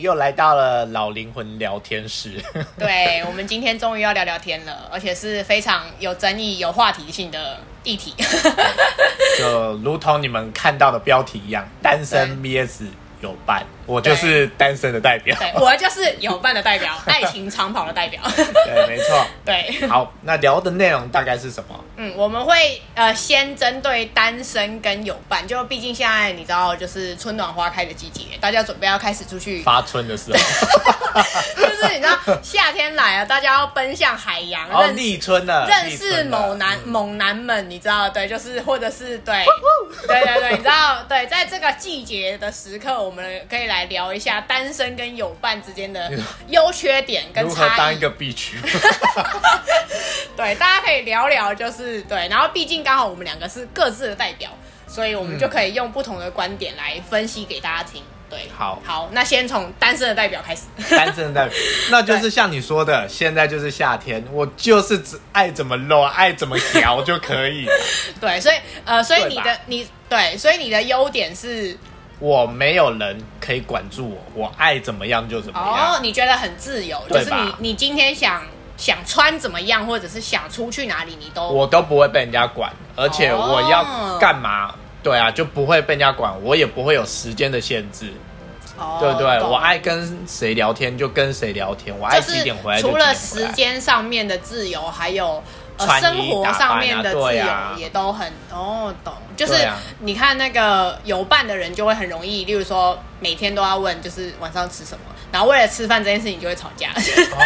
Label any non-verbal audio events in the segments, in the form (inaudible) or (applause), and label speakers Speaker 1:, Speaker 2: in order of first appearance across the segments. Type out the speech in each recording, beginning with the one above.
Speaker 1: 又来到了老灵魂聊天室。 (laughs)
Speaker 2: 对我们今天终于要聊聊天了，而且是非常有争议、有话题性的议题。
Speaker 1: 就如同你们看到的标题一样，单身 VS 有伴，我就是单身的代表。
Speaker 2: 对我就是有伴的代表，爱情长跑的代表。 (laughs)
Speaker 1: (laughs) 对，没错。
Speaker 2: 对，
Speaker 1: 好，那聊的内容大概是什么？
Speaker 2: 嗯，我们会呃先针对单身跟有伴，就毕竟现在你知道，就是春暖花开的季节，大家准备要开始出去，
Speaker 1: 发春的
Speaker 2: (laughs)
Speaker 1: 时候，
Speaker 2: 就是你知道夏天来了，啊大家要奔向海洋，
Speaker 1: 然后
Speaker 2: 认识
Speaker 1: 哦立春了，
Speaker 2: 认
Speaker 1: 立
Speaker 2: 识
Speaker 1: 春了
Speaker 2: 猛男猛男们，你知道，对，就是或者是
Speaker 1: (laughs)
Speaker 2: 对，对对对，你知道，对，在这个季节的时刻，我们可以来聊一下单身跟有伴之间
Speaker 1: (laughs)
Speaker 2: 的优缺点跟
Speaker 1: 如何
Speaker 2: 差
Speaker 1: 当一
Speaker 2: 异。
Speaker 1: 个 B 区？ (laughs)
Speaker 2: 对，大家可以聊聊，就是对，然后毕竟刚好我们两个是各自的代表，所以我们就可以用不同的观点来分析给大家听。对，
Speaker 1: 好
Speaker 2: 好，那先从单身的代表开始。
Speaker 1: 单身的代表，那就是像你说的，现在就是夏天，我就是只爱怎么露，爱怎么调就
Speaker 2: (laughs)
Speaker 1: 可以。
Speaker 2: 对，所以呃，所以
Speaker 1: 对
Speaker 2: 你
Speaker 1: 吧
Speaker 2: 的你对，所以你的优点是
Speaker 1: 我没有人可以管住我，我爱怎么样就怎么样。
Speaker 2: 哦，你觉得很自由，就
Speaker 1: 对
Speaker 2: 是你
Speaker 1: 吧
Speaker 2: 你今天想想穿怎么样，或者是想出去哪里，你都
Speaker 1: 我都不会被人家管，而
Speaker 2: 哦
Speaker 1: 且我要干嘛？对啊，就不会被人家管，我也不会有时间的限制，
Speaker 2: 哦
Speaker 1: 对不对？
Speaker 2: 懂
Speaker 1: 我爱跟谁聊天就跟谁聊天，我爱
Speaker 2: 就
Speaker 1: 几
Speaker 2: 是
Speaker 1: 点回来就几
Speaker 2: 除
Speaker 1: 点回
Speaker 2: 了
Speaker 1: 来。
Speaker 2: 时间上面的自由，还有。呃，
Speaker 1: 穿衣
Speaker 2: 生活上面的
Speaker 1: 打扮啊
Speaker 2: 自
Speaker 1: 对
Speaker 2: 由
Speaker 1: 啊
Speaker 2: 也都很、哦，懂，就是
Speaker 1: 对啊
Speaker 2: 你看那个有伴的人就会很容易，例如说每天都要问，就是晚上吃什么，然后为了吃饭这件事情就会吵架。 (laughs)
Speaker 1: 哦，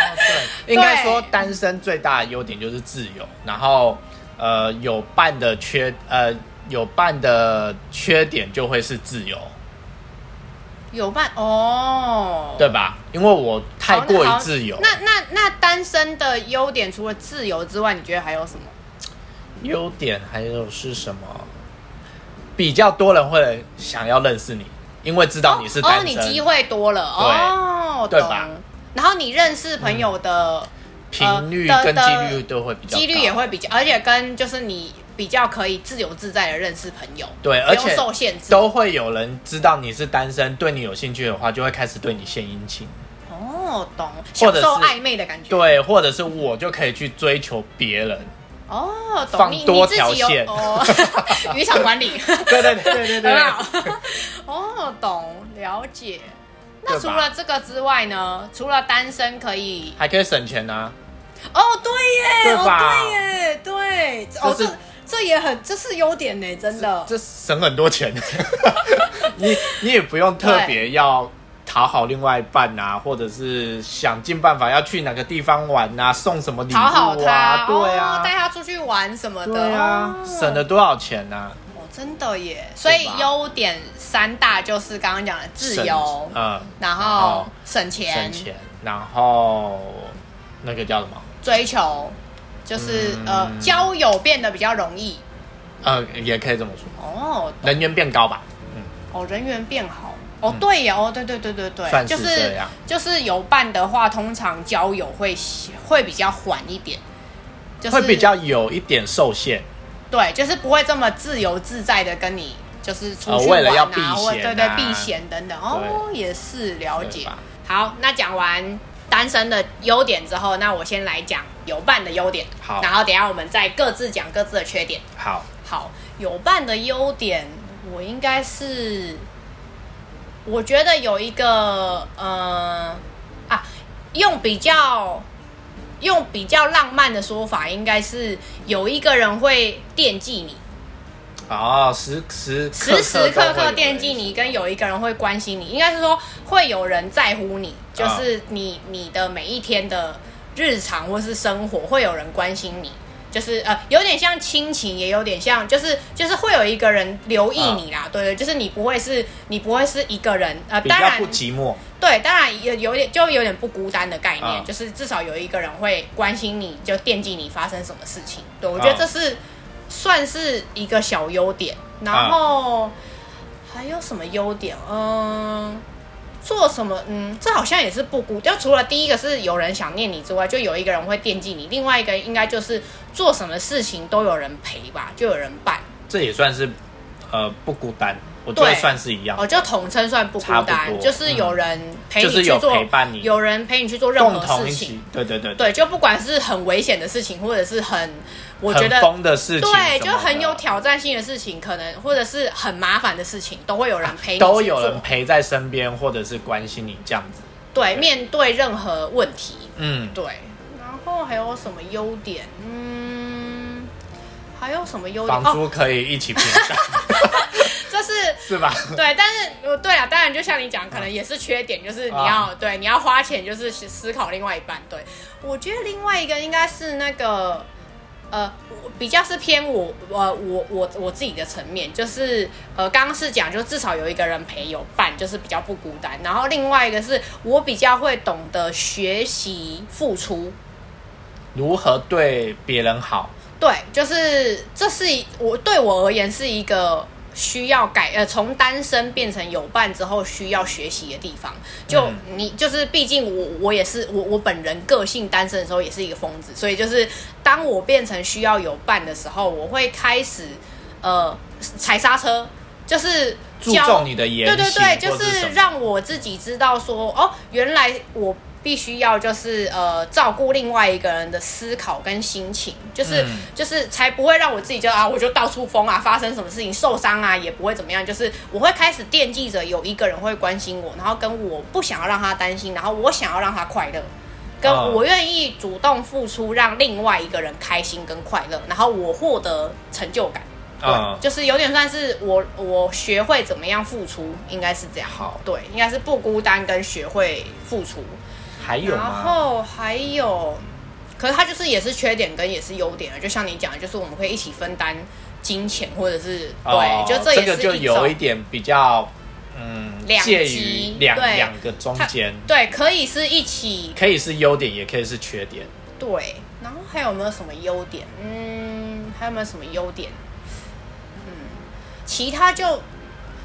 Speaker 1: 对，应该说单身最大的优点就是自由，然后呃有伴的缺呃有伴的缺点就会是自由，
Speaker 2: 哦有伴哦，
Speaker 1: 对吧？因为我太
Speaker 2: 好，
Speaker 1: 过
Speaker 2: 那好
Speaker 1: 于自由，
Speaker 2: 那那那单身的优点，除了自由之外，你觉得还有什么？
Speaker 1: 优点还有是什么？比较多人会想要认识你，因为知道你是
Speaker 2: 哦
Speaker 1: 单
Speaker 2: 哦，你
Speaker 1: 身，
Speaker 2: 机会多了哦，
Speaker 1: 对
Speaker 2: 懂
Speaker 1: 吧？
Speaker 2: 然后你认识朋友的
Speaker 1: 频率
Speaker 2: 呃
Speaker 1: 跟
Speaker 2: 的的
Speaker 1: 几率都会比较高，
Speaker 2: 几率也会比较，而且跟就是你比较可以自由自在的认识朋友，
Speaker 1: 对，
Speaker 2: 不
Speaker 1: 而
Speaker 2: 用
Speaker 1: 且
Speaker 2: 受限制。
Speaker 1: 都会有人知道你是单身，对你有兴趣的话，就会开始对你献殷勤。
Speaker 2: 哦，懂，
Speaker 1: 或
Speaker 2: 享
Speaker 1: 者是
Speaker 2: 受暧昧的感觉。
Speaker 1: 对，或者是我就可以去追求别人。
Speaker 2: 哦，懂，
Speaker 1: 放
Speaker 2: 你
Speaker 1: 多
Speaker 2: 你自
Speaker 1: 条
Speaker 2: 己有
Speaker 1: 线
Speaker 2: 哦， (laughs) 渔场管理。 (laughs)
Speaker 1: 对对对对对
Speaker 2: 对 (laughs)
Speaker 1: 对，
Speaker 2: 吧？哦，懂，了解。那
Speaker 1: 对吧
Speaker 2: 除了这个之外呢？除了单身可以
Speaker 1: 还可以省钱啊。
Speaker 2: 哦，对耶，
Speaker 1: 对
Speaker 2: 哦，
Speaker 1: 吧
Speaker 2: 对耶，对，哦，
Speaker 1: 这
Speaker 2: 这
Speaker 1: 是
Speaker 2: 这也很，这是优点呢，真的。
Speaker 1: 这省很
Speaker 2: (laughs)
Speaker 1: 多钱，你你也不用特别要讨好另外一半啊，或者是想尽办法要去哪个地方玩啊，送什么礼物
Speaker 2: 讨
Speaker 1: 啊，
Speaker 2: 好他，
Speaker 1: 对
Speaker 2: 哦
Speaker 1: 啊，
Speaker 2: 带他出去玩什么的，
Speaker 1: 对啊，
Speaker 2: 哦
Speaker 1: 省了多少钱啊？
Speaker 2: 哦，真的耶。所以
Speaker 1: 对吧
Speaker 2: 优点三大就是刚刚讲的自
Speaker 1: 省
Speaker 2: 由，
Speaker 1: 嗯，
Speaker 2: 然
Speaker 1: 然
Speaker 2: 后
Speaker 1: 后
Speaker 2: 省钱
Speaker 1: 省，钱，然后那个叫什么？
Speaker 2: 追求，就是
Speaker 1: 嗯
Speaker 2: 呃交友变得比较容易。
Speaker 1: 呃，也可以这么说，
Speaker 2: 哦，
Speaker 1: 人缘变高吧。
Speaker 2: 哦，人缘变好。哦，对呀，哦，对对对对对，
Speaker 1: 嗯算
Speaker 2: 就是
Speaker 1: 这样
Speaker 2: 就是有伴的话，通常交友会会比较缓一点，就是
Speaker 1: 会比较有一点受限，
Speaker 2: 对，就是不会这么自由自在的跟你就是出去玩啊，
Speaker 1: 呃为了要避
Speaker 2: 或
Speaker 1: 嫌
Speaker 2: 对
Speaker 1: 啊
Speaker 2: 对避嫌等等。哦，也是了
Speaker 1: 对
Speaker 2: 解
Speaker 1: 吧。
Speaker 2: 好，那讲完单身的优点之后，那我先来讲有伴的优点，
Speaker 1: 好
Speaker 2: 然后等一下我们再各自讲各自的缺点。
Speaker 1: 好，
Speaker 2: 好，有伴的优点，我应该是，我觉得有一个呃啊，用比较用比较浪漫的说法，应该是有一个人会惦记你，
Speaker 1: 哦，时时刻
Speaker 2: 时时刻
Speaker 1: 都会有
Speaker 2: 刻
Speaker 1: 人
Speaker 2: 惦记你，跟有一个人会关心你，应该是说会有人在乎你，就
Speaker 1: 啊
Speaker 2: 是你你的每一天的日常或是生活，会有人关心你。就是呃，有点像亲情，也有点像，就是就是会有一个人留意
Speaker 1: 啊
Speaker 2: 你啦，对对，就是你不会是，你不会是一个人，呃，
Speaker 1: 比
Speaker 2: 当
Speaker 1: 较
Speaker 2: 然
Speaker 1: 不寂寞，
Speaker 2: 对，当然也有点，就有点不孤单的概念，
Speaker 1: 啊
Speaker 2: 就是至少有一个人会关心你，就惦记你发生什么事情。对我觉得
Speaker 1: 啊
Speaker 2: 这是、算是一个小优点。然
Speaker 1: 啊
Speaker 2: 后、还有什么优点？嗯，做什么？嗯，这好像也是不孤，就除了第一个是有人想念你之外，就有一个人会惦记你，另外一个应该就是做什么事情都有人陪吧，就有人伴。
Speaker 1: 这也算是呃不孤单，我觉得
Speaker 2: 对
Speaker 1: 算是一样
Speaker 2: 哦，。就统称算不孤
Speaker 1: 差不
Speaker 2: 单，
Speaker 1: 多
Speaker 2: 就是有人陪
Speaker 1: 就是
Speaker 2: 你去
Speaker 1: 有
Speaker 2: 做，
Speaker 1: 陪伴你
Speaker 2: 有人陪你去做任
Speaker 1: 共
Speaker 2: 何
Speaker 1: 同
Speaker 2: 事
Speaker 1: 一
Speaker 2: 情
Speaker 1: 起，，对对对，
Speaker 2: 对，就不管是很危险的事情，或者是很我觉
Speaker 1: 很
Speaker 2: 得
Speaker 1: 疯的事情什么
Speaker 2: 对，
Speaker 1: 的，
Speaker 2: 就很有挑战性的事情，可能或者是很麻烦的事情，都会有人陪你去做，
Speaker 1: 都有人陪在身边，或者是关心你这样子。
Speaker 2: 对面对任何问题，
Speaker 1: 嗯，
Speaker 2: 对，然后还有什么优点？嗯，还有什么优点？
Speaker 1: 房
Speaker 2: 哦，
Speaker 1: 租可以一起平
Speaker 2: (laughs)
Speaker 1: 摊，
Speaker 2: 这是
Speaker 1: 是吧？
Speaker 2: (laughs) 对，但是呃对啊，当然就像你讲，可能也是缺点，就是你要、
Speaker 1: 啊
Speaker 2: 对你要花钱，就是去思考另外一半。对，我觉得另外一个应该是那个呃，我比较是偏我呃我我我自己的层面，就是呃刚刚是讲，就至少有一个人陪有伴，就是比较不孤单。然后另外一个是我比较会懂得学习付出，
Speaker 1: 如何对别人好？
Speaker 2: 对，就是这是一我对我而言是一个需要改呃从单身变成有伴之后需要学习的地方。就、
Speaker 1: 嗯
Speaker 2: 你就是毕竟我我也是我我本人个性单身的时候也是一个疯子，所以就是当我变成需要有伴的时候，我会开始呃踩刹车，就是
Speaker 1: 注
Speaker 2: 教
Speaker 1: 重你的言
Speaker 2: 对
Speaker 1: 行，
Speaker 2: 对对，就
Speaker 1: 或者
Speaker 2: 是
Speaker 1: 什么
Speaker 2: 让我自己知道说，哦，原来我必须要就是呃照顾另外一个人的思考跟心情，就是、
Speaker 1: 嗯
Speaker 2: 就是才不会让我自己就啊我就到处疯啊，发生什么事情受伤啊也不会怎么样，就是我会开始惦记着有一个人会关心我，然后跟我不想要让他担心，然后我想要让他快乐。跟
Speaker 1: 哦
Speaker 2: 我愿意主动付出，让另外一个人开心跟快乐，然后我获得成就感。
Speaker 1: 嗯
Speaker 2: 对，就是有点算是我我学会怎么样付出，应该是这样。
Speaker 1: 好
Speaker 2: 对，应该是不孤单跟学会付出。
Speaker 1: 还有
Speaker 2: 然
Speaker 1: 吗？
Speaker 2: 后还有，可是它就是也是缺点跟也是优点啊，就像你讲的，就是我们会一起分担金钱，或者是、
Speaker 1: 哦
Speaker 2: 对，就这
Speaker 1: 这
Speaker 2: 也
Speaker 1: 个
Speaker 2: 是
Speaker 1: 就
Speaker 2: 一
Speaker 1: 有一
Speaker 2: 种。
Speaker 1: 点比较，嗯，
Speaker 2: 两
Speaker 1: 介
Speaker 2: 极
Speaker 1: 于两
Speaker 2: 对
Speaker 1: 两个中
Speaker 2: 它
Speaker 1: 间，
Speaker 2: 对，可以是一起
Speaker 1: 可以是优点，也可以是缺点。
Speaker 2: 对，然后还有没有什么优点？嗯，还有没有什么优点？嗯，其他就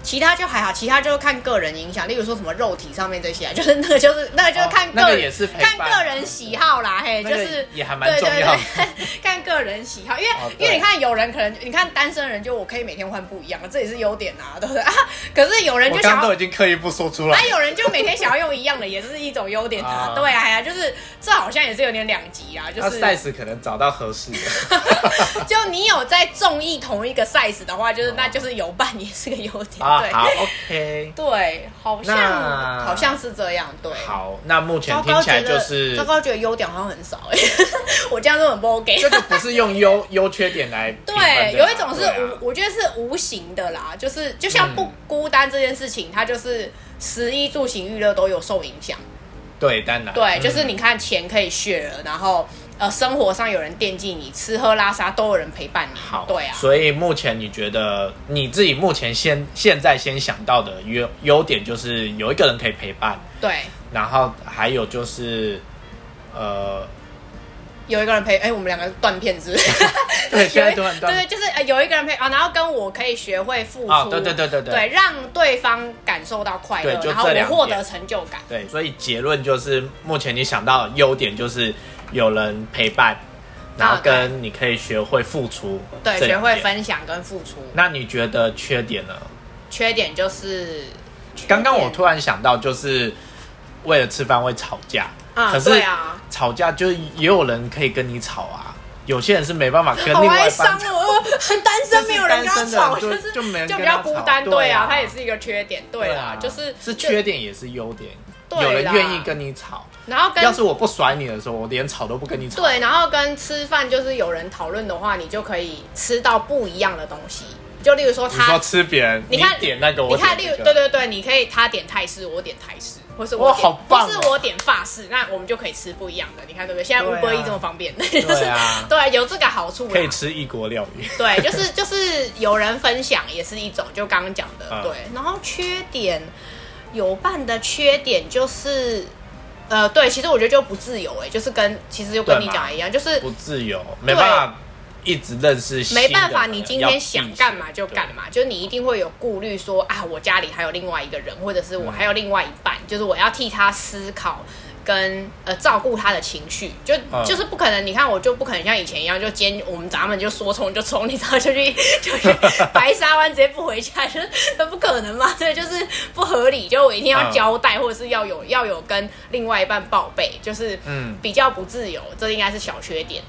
Speaker 2: 其他就还好，其他就看个人影响，例如说什么肉体上面这些啊，就是那个就是那个就是看
Speaker 1: 哦
Speaker 2: 个、
Speaker 1: 那个也是陪
Speaker 2: 看
Speaker 1: 伴
Speaker 2: 个人喜好啦，嘿，
Speaker 1: 那
Speaker 2: 就
Speaker 1: 个
Speaker 2: 是
Speaker 1: 也还蛮重要的
Speaker 2: 对对 (laughs) 对，看个人喜好，因为、
Speaker 1: 哦对
Speaker 2: 因为你看有人可能你看单身人就我可以每天换不一样的，这也是优点啊， (laughs) 对不对啊？可是有人
Speaker 1: 我
Speaker 2: 就
Speaker 1: 刚
Speaker 2: 想
Speaker 1: 刚
Speaker 2: 要
Speaker 1: 都已经刻意不说出来
Speaker 2: 啊，，有人就每天想要用一样的，也是一种优点啊
Speaker 1: (laughs) 啊。
Speaker 2: 对啊，哎呀，就是这好像也是有点两极啊，就
Speaker 1: 那
Speaker 2: 是
Speaker 1: size 可能找到合
Speaker 2: (laughs)
Speaker 1: 适的。 (laughs)
Speaker 2: 就你有在中意同一个 size 的话，就是那就是有伴也是个优点，
Speaker 1: 啊，
Speaker 2: 对、
Speaker 1: 好，OK，
Speaker 2: 对，好像
Speaker 1: 那
Speaker 2: 好像是这样，对。
Speaker 1: 好，那目前
Speaker 2: 糟
Speaker 1: 听
Speaker 2: 糕
Speaker 1: 起来
Speaker 2: 觉
Speaker 1: 就
Speaker 2: 得，
Speaker 1: 是
Speaker 2: 糟糕觉得优点好像很少哎、 (laughs) 我这样都很不 OK。
Speaker 1: 这个不是用优 (laughs) 优缺点来评分的
Speaker 2: (laughs)
Speaker 1: 啦
Speaker 2: 对，有一种是无，
Speaker 1: 对啊
Speaker 2: 我觉得是无形的啦，就是就像不
Speaker 1: 嗯
Speaker 2: 孤单这件事情，它就是食衣住行娱乐都有受影响。
Speaker 1: 嗯对，当然
Speaker 2: 对，就是
Speaker 1: 嗯
Speaker 2: 你看钱可以血了，然后呃，生活上有人惦记你，吃喝拉撒都有人陪伴你。
Speaker 1: 好，
Speaker 2: 对啊，
Speaker 1: 所以目前你觉得你自己目前先现在先想到的优优点就是有一个人可以陪伴，
Speaker 2: 对，
Speaker 1: 然后还有就是呃，
Speaker 2: 有一个人陪，哎、我们两个断片是不是？
Speaker 1: (laughs) 对，现在
Speaker 2: (laughs)
Speaker 1: 都
Speaker 2: 有一
Speaker 1: 很多
Speaker 2: 对，就是、呃、有一个人陪啊，然后跟我可以学会付出，
Speaker 1: 啊对对对对
Speaker 2: 对
Speaker 1: 对
Speaker 2: 让对方感受到快乐
Speaker 1: 对，就
Speaker 2: 然后
Speaker 1: 这
Speaker 2: 我
Speaker 1: 两
Speaker 2: 获
Speaker 1: 点
Speaker 2: 得成就感。
Speaker 1: 对，所以结论就是目前你想到的优点就是有人陪伴，然后跟你可以学会付出，
Speaker 2: 对，
Speaker 1: 这
Speaker 2: 学
Speaker 1: 两
Speaker 2: 会
Speaker 1: 点。
Speaker 2: 分享跟付出。
Speaker 1: 那你觉得缺点呢？
Speaker 2: 缺点就是，
Speaker 1: 刚刚我
Speaker 2: 缺点
Speaker 1: 突然想到，就是为了吃饭会吵架，
Speaker 2: 啊
Speaker 1: 可是
Speaker 2: 对啊
Speaker 1: 吵架就是也有人可以跟你吵啊，有些人是没办法跟
Speaker 2: 好
Speaker 1: 另外
Speaker 2: 哀
Speaker 1: 一
Speaker 2: 伤
Speaker 1: 半。
Speaker 2: 哦，
Speaker 1: (laughs)
Speaker 2: 我很单身，
Speaker 1: 就是
Speaker 2: 没有人跟他
Speaker 1: 单身的
Speaker 2: 吵，
Speaker 1: 就是就没人
Speaker 2: 就比
Speaker 1: 跟
Speaker 2: 较
Speaker 1: 他
Speaker 2: 孤
Speaker 1: 吵
Speaker 2: 单，对
Speaker 1: 对
Speaker 2: 啊
Speaker 1: 啊，
Speaker 2: 它也是一个缺点，对啦，就是
Speaker 1: 是
Speaker 2: 就
Speaker 1: 缺点也是优点，
Speaker 2: 对啦
Speaker 1: 有人愿意跟你吵。
Speaker 2: 然后跟
Speaker 1: 要是我不甩你的时候，我连吵都不跟你吵。
Speaker 2: 对，然后跟吃饭就是有人讨论的话，你就可以吃到不一样的东西。就例如说
Speaker 1: 你说
Speaker 2: 他，
Speaker 1: 吃别人，
Speaker 2: 你看
Speaker 1: 点那个，我
Speaker 2: 你看，例如
Speaker 1: 点这个
Speaker 2: 对对对，你可以他点泰式，我点泰式，或是我
Speaker 1: 哇
Speaker 2: 点
Speaker 1: 好棒哦
Speaker 2: 或是我点法式，那我们就可以吃不一样的。你看对不对？现在 u
Speaker 1: 对
Speaker 2: b
Speaker 1: 啊
Speaker 2: e 这么方便，就是
Speaker 1: 对啊
Speaker 2: (laughs) 对，有这个好处啦啊
Speaker 1: 可以吃异国料理。 (laughs)
Speaker 2: 对，就是就是有人分享也是一种，就刚刚讲的、
Speaker 1: 嗯
Speaker 2: 对。然后缺点，有伴的缺点就是，呃，对，其实我觉得就不自由、哎，就是跟其实就跟
Speaker 1: 对
Speaker 2: 你
Speaker 1: 嘛
Speaker 2: 讲的一样，就是
Speaker 1: 不自由，没办法一直认识新的
Speaker 2: 没
Speaker 1: 人。
Speaker 2: 办法，你今
Speaker 1: 要
Speaker 2: 天
Speaker 1: 避
Speaker 2: 想
Speaker 1: 嫌
Speaker 2: 干嘛就干。嘛，就你一定会有顾虑
Speaker 1: 嗯
Speaker 2: 说啊，我家里还有另外一个人，或者是我还有另外一半，就是我要替他思考。跟呃照顾他的情绪，就、
Speaker 1: 嗯
Speaker 2: 就是不可能。你看，我就不可能像以前一样，就今天我们咱们就说冲就冲，你知道就去 (laughs) 就去白沙湾直接不回家，就是那不可能嘛， (laughs) 对，就是不合理。就我一定要
Speaker 1: 嗯
Speaker 2: 交代，或者是要有要有跟另外一半报备，就是
Speaker 1: 嗯
Speaker 2: 比较不自由，这应该是小缺点。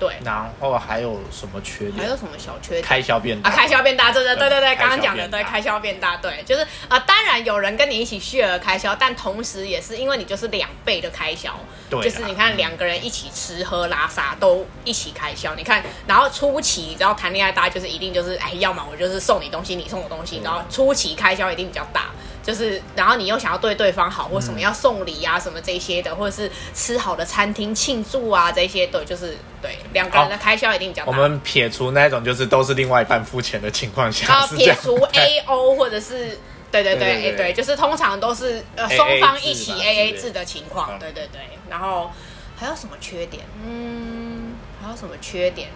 Speaker 2: 对，
Speaker 1: 然后还有什么缺
Speaker 2: 还
Speaker 1: 点？
Speaker 2: 有什么小缺点？
Speaker 1: 开销变
Speaker 2: 啊，
Speaker 1: 大。
Speaker 2: 开销变大，对对对对对，
Speaker 1: 对
Speaker 2: 刚刚讲的
Speaker 1: 开销变大
Speaker 2: 对，开销变大，对，就是呃，当然有人跟你一起 share 开销，但同时也是因为你就是两倍的开销，
Speaker 1: 对啊
Speaker 2: 就是你看两个人一起吃喝拉撒都一起开销，你看，然后初期然后谈恋爱，大家就是一定就是哎，要么我就是送你东西，你送我东
Speaker 1: 嗯
Speaker 2: 西，然后初期开销一定比较大。就是，然后你又想要对对方好，或
Speaker 1: 嗯
Speaker 2: 什么要送礼啊，什么这些的，或者是吃好的餐厅庆祝啊，这些对，就是对两个人的
Speaker 1: 哦
Speaker 2: 开销一定比较大。
Speaker 1: 我们撇除那种就是都是另外一半付钱的情况下，
Speaker 2: 啊，
Speaker 1: (laughs) 是这
Speaker 2: 撇
Speaker 1: 样。
Speaker 2: 除 A O 或者是对对
Speaker 1: 对对
Speaker 2: 对，哎
Speaker 1: 对
Speaker 2: 对，就是通常都是呃
Speaker 1: AA
Speaker 2: 双方一起
Speaker 1: 制吧
Speaker 2: A A
Speaker 1: 之类的
Speaker 2: 制的情况，
Speaker 1: 嗯
Speaker 2: 对对对。然后还有什么缺点？嗯，还有什么缺点？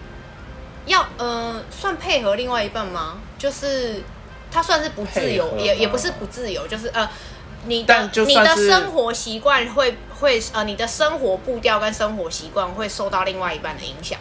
Speaker 2: 要呃，算配合另外一半吗？就是他算是不自由
Speaker 1: 配合，吗
Speaker 2: 也也不是不自由，就是呃。你的
Speaker 1: 但就
Speaker 2: 你
Speaker 1: 算
Speaker 2: 的
Speaker 1: 是
Speaker 2: 生活习惯会会呃，你的生活步调跟生活习惯会受到另外一半的影响。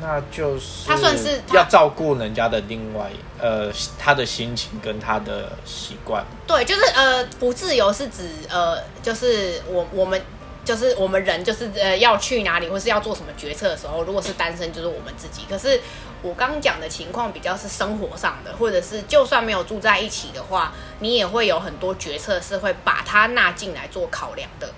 Speaker 1: 那就是
Speaker 2: 他算是他
Speaker 1: 要照顾人家的另外呃他的心情跟他的习惯，
Speaker 2: 对，就是呃，不自由是指呃，就是我我们就是我们人就是呃要去哪里或是要做什么决策的时候，如果是单身就是我们自己。可是我刚讲的情况比较是生活上的，或者是就算没有住在一起的话，你也会有很多决策是会把它纳进来做考量的，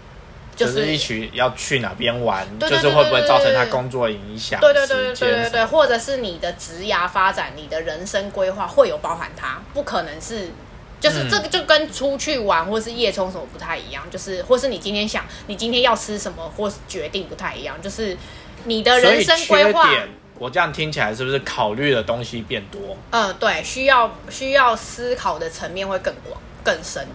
Speaker 1: 就是是一起要去哪边玩，
Speaker 2: 对
Speaker 1: 就
Speaker 2: 对
Speaker 1: 是
Speaker 2: 对
Speaker 1: 会不会
Speaker 2: 对
Speaker 1: 造成他
Speaker 2: 对
Speaker 1: 工作影响，
Speaker 2: 对对对对
Speaker 1: 时
Speaker 2: 对对
Speaker 1: 间
Speaker 2: 对，或者是你的职涯发展、你的人生规划会有包含它，不可能是。就是
Speaker 1: 嗯
Speaker 2: 这个就跟出去玩或是夜冲什么不太一样，就是或是你今天想你今天要吃什么或是决定不太一样，就是你的
Speaker 1: 所
Speaker 2: 人
Speaker 1: 以
Speaker 2: 生
Speaker 1: 缺
Speaker 2: 规划，
Speaker 1: 点，我这样听起来是不是考虑的东西变多？
Speaker 2: 嗯，对，需要需要思考的层面会更广更深，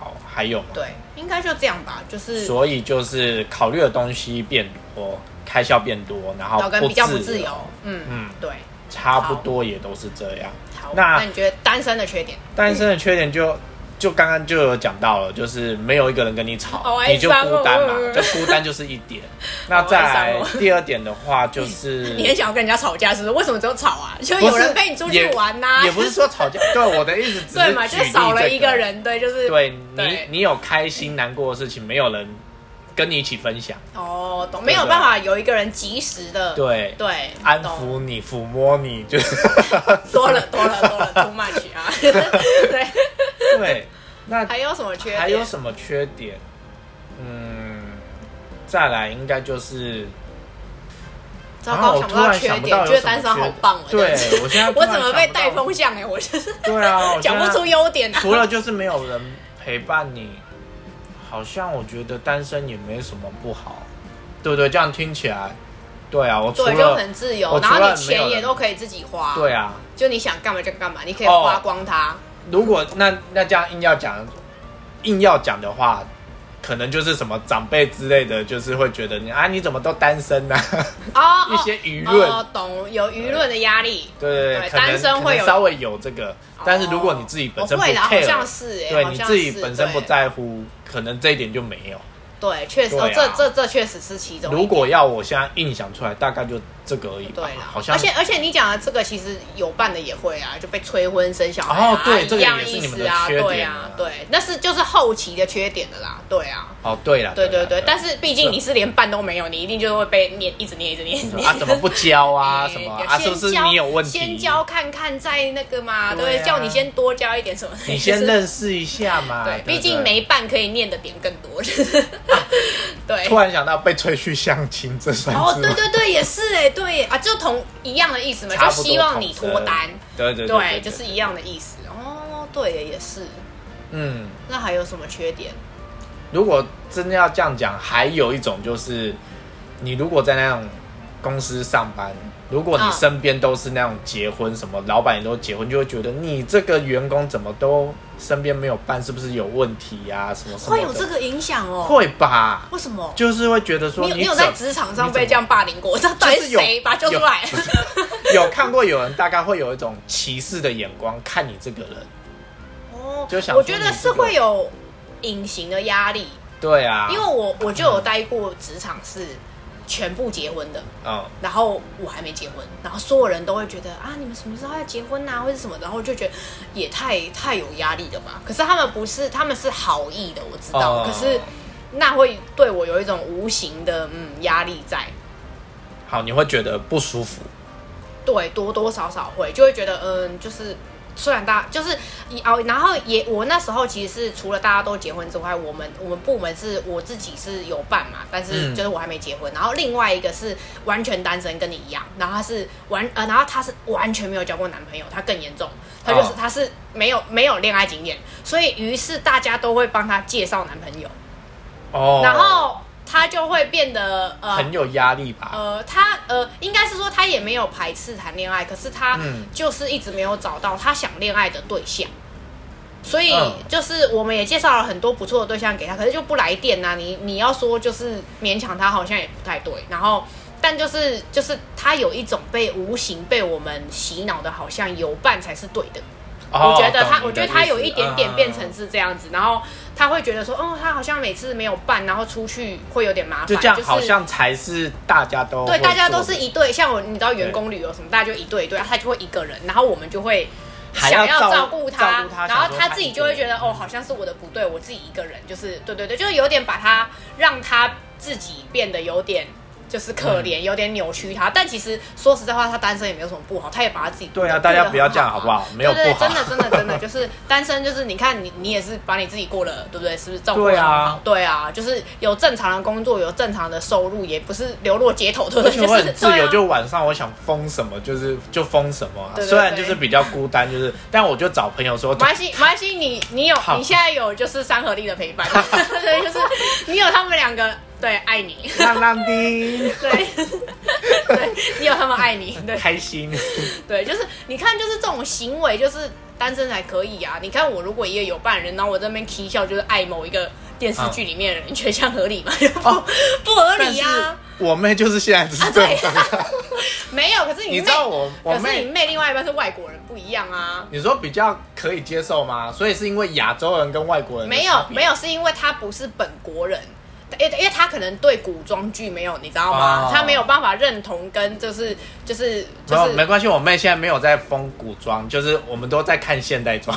Speaker 1: 好，还有吗，
Speaker 2: 对，应该就这样吧，就是
Speaker 1: 所以就是考虑的东西变多，开销变多，然后
Speaker 2: 脑跟比较不自
Speaker 1: 自
Speaker 2: 由，嗯嗯
Speaker 1: 嗯，
Speaker 2: 对，
Speaker 1: 差不多也都是这样。
Speaker 2: 好，
Speaker 1: 那嗯
Speaker 2: 那你觉得单身的缺点？
Speaker 1: 单身的缺点就就刚刚就有讲到了，就是没有一个人跟你
Speaker 2: 好
Speaker 1: 吵，
Speaker 2: 哀
Speaker 1: 你就
Speaker 2: 伤哦
Speaker 1: 孤单嘛，就孤单就是一
Speaker 2: (laughs)
Speaker 1: 点。那再
Speaker 2: 好哀
Speaker 1: 来
Speaker 2: 伤
Speaker 1: 第二点的话，就
Speaker 2: (laughs)
Speaker 1: 是
Speaker 2: 你很想要跟人家吵架，是不是？为什么只有吵啊？就
Speaker 1: 不
Speaker 2: 有
Speaker 1: 是
Speaker 2: 人陪你出去
Speaker 1: 也
Speaker 2: 玩呐、
Speaker 1: 也不是
Speaker 2: (laughs)
Speaker 1: 说吵架。对我的意思只是
Speaker 2: 对嘛，
Speaker 1: 举
Speaker 2: 就
Speaker 1: 例
Speaker 2: 是少了
Speaker 1: 这
Speaker 2: 一个。人，对，就是
Speaker 1: 对你
Speaker 2: 对，
Speaker 1: 你有开心难过的事情，没有人跟你一起分享，
Speaker 2: 哦，懂，没有办法有一个人及时的
Speaker 1: 对，
Speaker 2: 对
Speaker 1: 安
Speaker 2: 懂
Speaker 1: 抚你、抚摸你，就是
Speaker 2: (laughs) 多了多了多了 too much
Speaker 1: (laughs)
Speaker 2: 啊，对，
Speaker 1: 对。那
Speaker 2: 还有什么缺点？
Speaker 1: 还有什么缺点？嗯，再来应该就是
Speaker 2: 糟
Speaker 1: 啊
Speaker 2: 糕，
Speaker 1: 我
Speaker 2: 想不
Speaker 1: 突
Speaker 2: 到
Speaker 1: 然
Speaker 2: 缺
Speaker 1: 想不
Speaker 2: 点，
Speaker 1: 到
Speaker 2: 觉得
Speaker 1: 有什
Speaker 2: 单
Speaker 1: 么
Speaker 2: 身好
Speaker 1: 缺
Speaker 2: 棒哦。
Speaker 1: 对
Speaker 2: 真的
Speaker 1: 我现在突
Speaker 2: 我
Speaker 1: 然
Speaker 2: 怎么被带
Speaker 1: 想不到
Speaker 2: 风向哎？我就是
Speaker 1: 对 (laughs) 啊，我
Speaker 2: 讲不
Speaker 1: 现在
Speaker 2: 出优点啊。
Speaker 1: 除了就是没有人陪伴你，好像我觉得单身也没什么不好，对不对？这样听起来，对啊，我除
Speaker 2: 对，就
Speaker 1: 了
Speaker 2: 很自由，
Speaker 1: 我
Speaker 2: 然
Speaker 1: 除
Speaker 2: 后
Speaker 1: 了
Speaker 2: 你
Speaker 1: 没有
Speaker 2: 钱也
Speaker 1: 人
Speaker 2: 都可以自己花，
Speaker 1: 对，啊，
Speaker 2: 就你想干嘛就干嘛，你可以
Speaker 1: 哦
Speaker 2: 花光它。
Speaker 1: 如果那那这样硬要讲，硬要讲的话，可能就是什么长辈之类的，就是会觉得你啊，你怎么都单身 (laughs) 呢、
Speaker 2: 哦，
Speaker 1: 一
Speaker 2: 哦
Speaker 1: 些舆论，
Speaker 2: 哦，懂有舆论的压力。
Speaker 1: 对
Speaker 2: 对
Speaker 1: 可能
Speaker 2: 单身会有
Speaker 1: 可能稍微有这个，但是如果你自己本
Speaker 2: 哦
Speaker 1: 身不
Speaker 2: 会啦，好
Speaker 1: care，、
Speaker 2: 像是哎、
Speaker 1: 对
Speaker 2: 好
Speaker 1: 你
Speaker 2: 像
Speaker 1: 自己
Speaker 2: 是
Speaker 1: 本身不
Speaker 2: 对，
Speaker 1: 在乎，可能这一点就没有。
Speaker 2: 对，确实，
Speaker 1: 对啊
Speaker 2: 哦这这这确实是其中一点。
Speaker 1: 如果要我现在硬想出来，大概就这个而已吧。
Speaker 2: 对啦，
Speaker 1: 啊好像
Speaker 2: 而且而且你讲的这个，其实有伴的也会啊，就被催婚生小孩
Speaker 1: 哦
Speaker 2: 啊，
Speaker 1: 对这
Speaker 2: 一
Speaker 1: 个也
Speaker 2: 样
Speaker 1: 是
Speaker 2: 意
Speaker 1: 你们
Speaker 2: 思
Speaker 1: 的
Speaker 2: 啊，
Speaker 1: 缺
Speaker 2: 对
Speaker 1: 点
Speaker 2: 啊
Speaker 1: 啊，
Speaker 2: 对，那是就是后期的缺点的啦，对啊，
Speaker 1: 哦，对了，
Speaker 2: 对对
Speaker 1: 对
Speaker 2: 对，但
Speaker 1: 是
Speaker 2: 是毕竟你是连伴都没有，你一定就会被念，一直念，一直念，一直念
Speaker 1: 啊，怎么不交 (laughs) 啊？
Speaker 2: (laughs) 哎
Speaker 1: 什么
Speaker 2: 有
Speaker 1: 啊？
Speaker 2: 先
Speaker 1: 是不是
Speaker 2: 交
Speaker 1: 你有问题？
Speaker 2: 先交看看，再那个嘛，对
Speaker 1: 对
Speaker 2: 不对，
Speaker 1: 啊
Speaker 2: 叫你先多交一点什么的，
Speaker 1: (laughs) 你
Speaker 2: 就
Speaker 1: 先啊
Speaker 2: 是
Speaker 1: 认识一下嘛。
Speaker 2: 对，
Speaker 1: 不
Speaker 2: 毕竟没伴可以念的点更多，就是
Speaker 1: 啊
Speaker 2: (laughs) 对。
Speaker 1: 突然想到被催去相亲，这算
Speaker 2: 哦，
Speaker 1: 是
Speaker 2: 对
Speaker 1: 吗
Speaker 2: 对对，也是哎，对耶啊，就同一样的意思嘛，
Speaker 1: 差
Speaker 2: 就
Speaker 1: 不多
Speaker 2: 希望你
Speaker 1: 同
Speaker 2: 脱单，
Speaker 1: 对对
Speaker 2: 对，
Speaker 1: 对，
Speaker 2: 就是一样的意思。哦，对耶，也是。
Speaker 1: 嗯。
Speaker 2: 那还有什么缺点？
Speaker 1: 如果真的要这样讲，还有一种就是，你如果在那种公司上班，如果你
Speaker 2: 嗯
Speaker 1: 身边都是那种结婚什么，老板也都结婚，就会觉得你这个员工怎么都身边没有伴，是不是有问题呀、什么什么
Speaker 2: 会
Speaker 1: 的
Speaker 2: 有这个影响哦？，
Speaker 1: 会吧？
Speaker 2: 为什么？
Speaker 1: 就是会觉得说
Speaker 2: 你有你
Speaker 1: 怎
Speaker 2: 有在职场上
Speaker 1: 你怎
Speaker 2: 被
Speaker 1: 么
Speaker 2: 这样霸凌过？这到底
Speaker 1: 就是是有
Speaker 2: 谁把他揪出来？
Speaker 1: 有看过有人大概会有一种歧视的眼光看你这个人，
Speaker 2: 哦
Speaker 1: (laughs) 就想说
Speaker 2: 我觉得
Speaker 1: 你这
Speaker 2: 是
Speaker 1: 个
Speaker 2: 会有隐形的压力。
Speaker 1: 对啊，
Speaker 2: 因为我我就有待过职场是全部结婚的，
Speaker 1: 嗯
Speaker 2: 然后我还没结婚，然后所有人都会觉得啊，你们什么时候要结婚呐、啊，或者什么，然后就觉得也太太有压力了吧。可是他们不是，他们是好意的，我知道，
Speaker 1: 哦
Speaker 2: 可是那会对我有一种无形的嗯压力在，
Speaker 1: 好，你会觉得不舒服，
Speaker 2: 对，多多少少会就会觉得嗯，就是。虽然大就是哦，然后也我那时候其实是除了大家都结婚之外，我们我们部门是我自己是有办嘛，但是
Speaker 1: 嗯
Speaker 2: 就是我还没结婚。然后另外一个是完全单身，跟你一样，然后他是完呃，然后他是完全没有交过男朋友，他更严重，他就是、
Speaker 1: 哦
Speaker 2: 他是没有没有恋爱经验，所以于是大家都会帮他介绍男朋友，
Speaker 1: 哦，
Speaker 2: 然后他就会变得呃
Speaker 1: 很有压力吧？
Speaker 2: 呃，他呃，应该是说他也没有排斥谈恋爱，可是他
Speaker 1: 嗯
Speaker 2: 就是一直没有找到他想恋爱的对象，所以
Speaker 1: 嗯
Speaker 2: 就是我们也介绍了很多不错的对象给他，可是就不来电呐、啊你你要说就是勉强他好像也不太对，然后但就是就是他有一种被无形被我们洗脑的，好像有伴才是对的。
Speaker 1: 哦
Speaker 2: 我觉得他，
Speaker 1: 懂
Speaker 2: 我
Speaker 1: 你
Speaker 2: 觉
Speaker 1: 的
Speaker 2: 得他
Speaker 1: 意思
Speaker 2: 有一点点
Speaker 1: 嗯
Speaker 2: 变成是这样子，然后他会觉得说，哦，他好像每次没有伴，然后出去会有点麻烦，
Speaker 1: 就这样，好
Speaker 2: 是
Speaker 1: 像才是大家都
Speaker 2: 对，
Speaker 1: 会
Speaker 2: 大家都
Speaker 1: 哦做
Speaker 2: 是
Speaker 1: 的
Speaker 2: 一对，像我，你知道员工旅游什么，大家就一对一对，他就会一个人，然后我们就会
Speaker 1: 还
Speaker 2: 想
Speaker 1: 要照
Speaker 2: 照顾
Speaker 1: 照顾他
Speaker 2: 然后
Speaker 1: 想说
Speaker 2: 他
Speaker 1: 他
Speaker 2: 自
Speaker 1: 一
Speaker 2: 己
Speaker 1: 个
Speaker 2: 就会觉
Speaker 1: 人
Speaker 2: 得哦，好像是我的不对，我自己一个人，就是对对对，就是有点把他让他自己变得有点。就是可怜，
Speaker 1: 嗯
Speaker 2: 有点扭曲他，但其实说实在话，他单身也没有什么不好，他也把他自己
Speaker 1: 对啊
Speaker 2: 顾得
Speaker 1: 大家
Speaker 2: 顾得
Speaker 1: 不要这样
Speaker 2: 很
Speaker 1: 好不好没有
Speaker 2: 对对
Speaker 1: 不
Speaker 2: 对
Speaker 1: 好
Speaker 2: 真的真的真的 (laughs) 就是单身，就是你看你你也是把你自己过了，对不对？是不是照顾
Speaker 1: 对
Speaker 2: 得很
Speaker 1: 啊
Speaker 2: 好？对啊，就是有正常的工作，有正常的收入，也不是流落街头，对不
Speaker 1: 而
Speaker 2: 对？
Speaker 1: 且我
Speaker 2: 是
Speaker 1: 很自
Speaker 2: 对
Speaker 1: 由，
Speaker 2: 啊
Speaker 1: 就晚上我想封什么就是就封什么、啊，
Speaker 2: 对对
Speaker 1: 虽然
Speaker 2: 对
Speaker 1: 就是比较孤单，就是但我就找朋友说
Speaker 2: 马，来西马来西，你你有
Speaker 1: 好
Speaker 2: 你现在有就是三合力的陪
Speaker 1: (laughs)
Speaker 2: 伴，对，就是你有他们两个，对，爱你，
Speaker 1: 浪浪的
Speaker 2: 对对，你有他们爱你，对
Speaker 1: 开心，
Speaker 2: 对，就是你看，就是这种行为，就是单身才可以啊。你看我如果一个有伴人，然后我这边 k 笑，就是爱某一个电视剧里面的人，你觉得这样合理吗？ (laughs) 就不、不合
Speaker 1: 嗯哦但
Speaker 2: 理啊
Speaker 1: 是
Speaker 2: 呀、
Speaker 1: 我妹就是现在只是这种状态，
Speaker 2: 没有，可是你
Speaker 1: 你
Speaker 2: 妹，
Speaker 1: 知道我我
Speaker 2: 可是你
Speaker 1: 妹。
Speaker 2: 妹另外一半是外国人，不一样啊。
Speaker 1: 你说比较可以接受吗？所以是因为亚洲人跟外国人的
Speaker 2: 没有
Speaker 1: 差别
Speaker 2: 没有，是因为他不是本国人，因因为他可能对古装剧没有，你知道吗？
Speaker 1: 哦
Speaker 2: 他没有办法认同跟就是就是就
Speaker 1: 没有没
Speaker 2: 是，
Speaker 1: 关系，我妹现在没有在封古装，就是我们都在看现代装。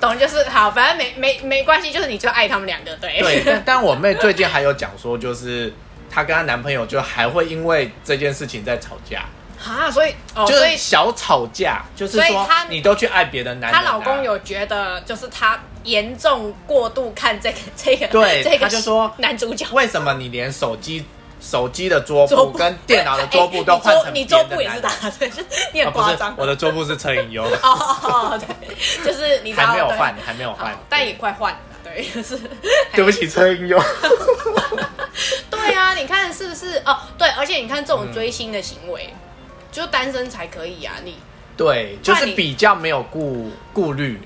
Speaker 2: 懂就是好，反正没没没关系，就是你就爱他们两个，对 (laughs)
Speaker 1: 对，但但我妹最近还有讲说，就是她跟她男朋友就还会因为这件事情在吵架，
Speaker 2: 啊，所以哦，
Speaker 1: 就
Speaker 2: 所
Speaker 1: 是
Speaker 2: 以
Speaker 1: 小吵架，就是
Speaker 2: 所以
Speaker 1: 说
Speaker 2: 她
Speaker 1: 你都去爱别的男人、
Speaker 2: 她
Speaker 1: 啊，
Speaker 2: 老公有觉得就是她严重过度看这个这个
Speaker 1: 对
Speaker 2: 这个
Speaker 1: 她就说
Speaker 2: 男主角。
Speaker 1: 为什么你连手机手机的桌
Speaker 2: 桌
Speaker 1: 布
Speaker 2: 布
Speaker 1: 跟电脑的桌布都换成
Speaker 2: (laughs) 哎你桌你桌布
Speaker 1: 别的
Speaker 2: 也
Speaker 1: 男
Speaker 2: 是
Speaker 1: 人
Speaker 2: 打，对，就是你
Speaker 1: 啊
Speaker 2: 很
Speaker 1: 不
Speaker 2: 夸
Speaker 1: 是
Speaker 2: 张。
Speaker 1: 我的桌布是车影优，
Speaker 2: 哦哦，哦对，就是 (laughs) 你知道
Speaker 1: 还没有
Speaker 2: 对
Speaker 1: 换，还没有换
Speaker 2: 好，但也快换了，对，
Speaker 1: (laughs)
Speaker 2: 就是。
Speaker 1: 对不起车
Speaker 2: (laughs)
Speaker 1: 影优，
Speaker 2: 对啊，你看是不是？哦，对，而且你看这
Speaker 1: 嗯
Speaker 2: 种追星的行为，就单身才可以啊。你
Speaker 1: 对，就是
Speaker 2: 你
Speaker 1: 比较没有顾顾虑。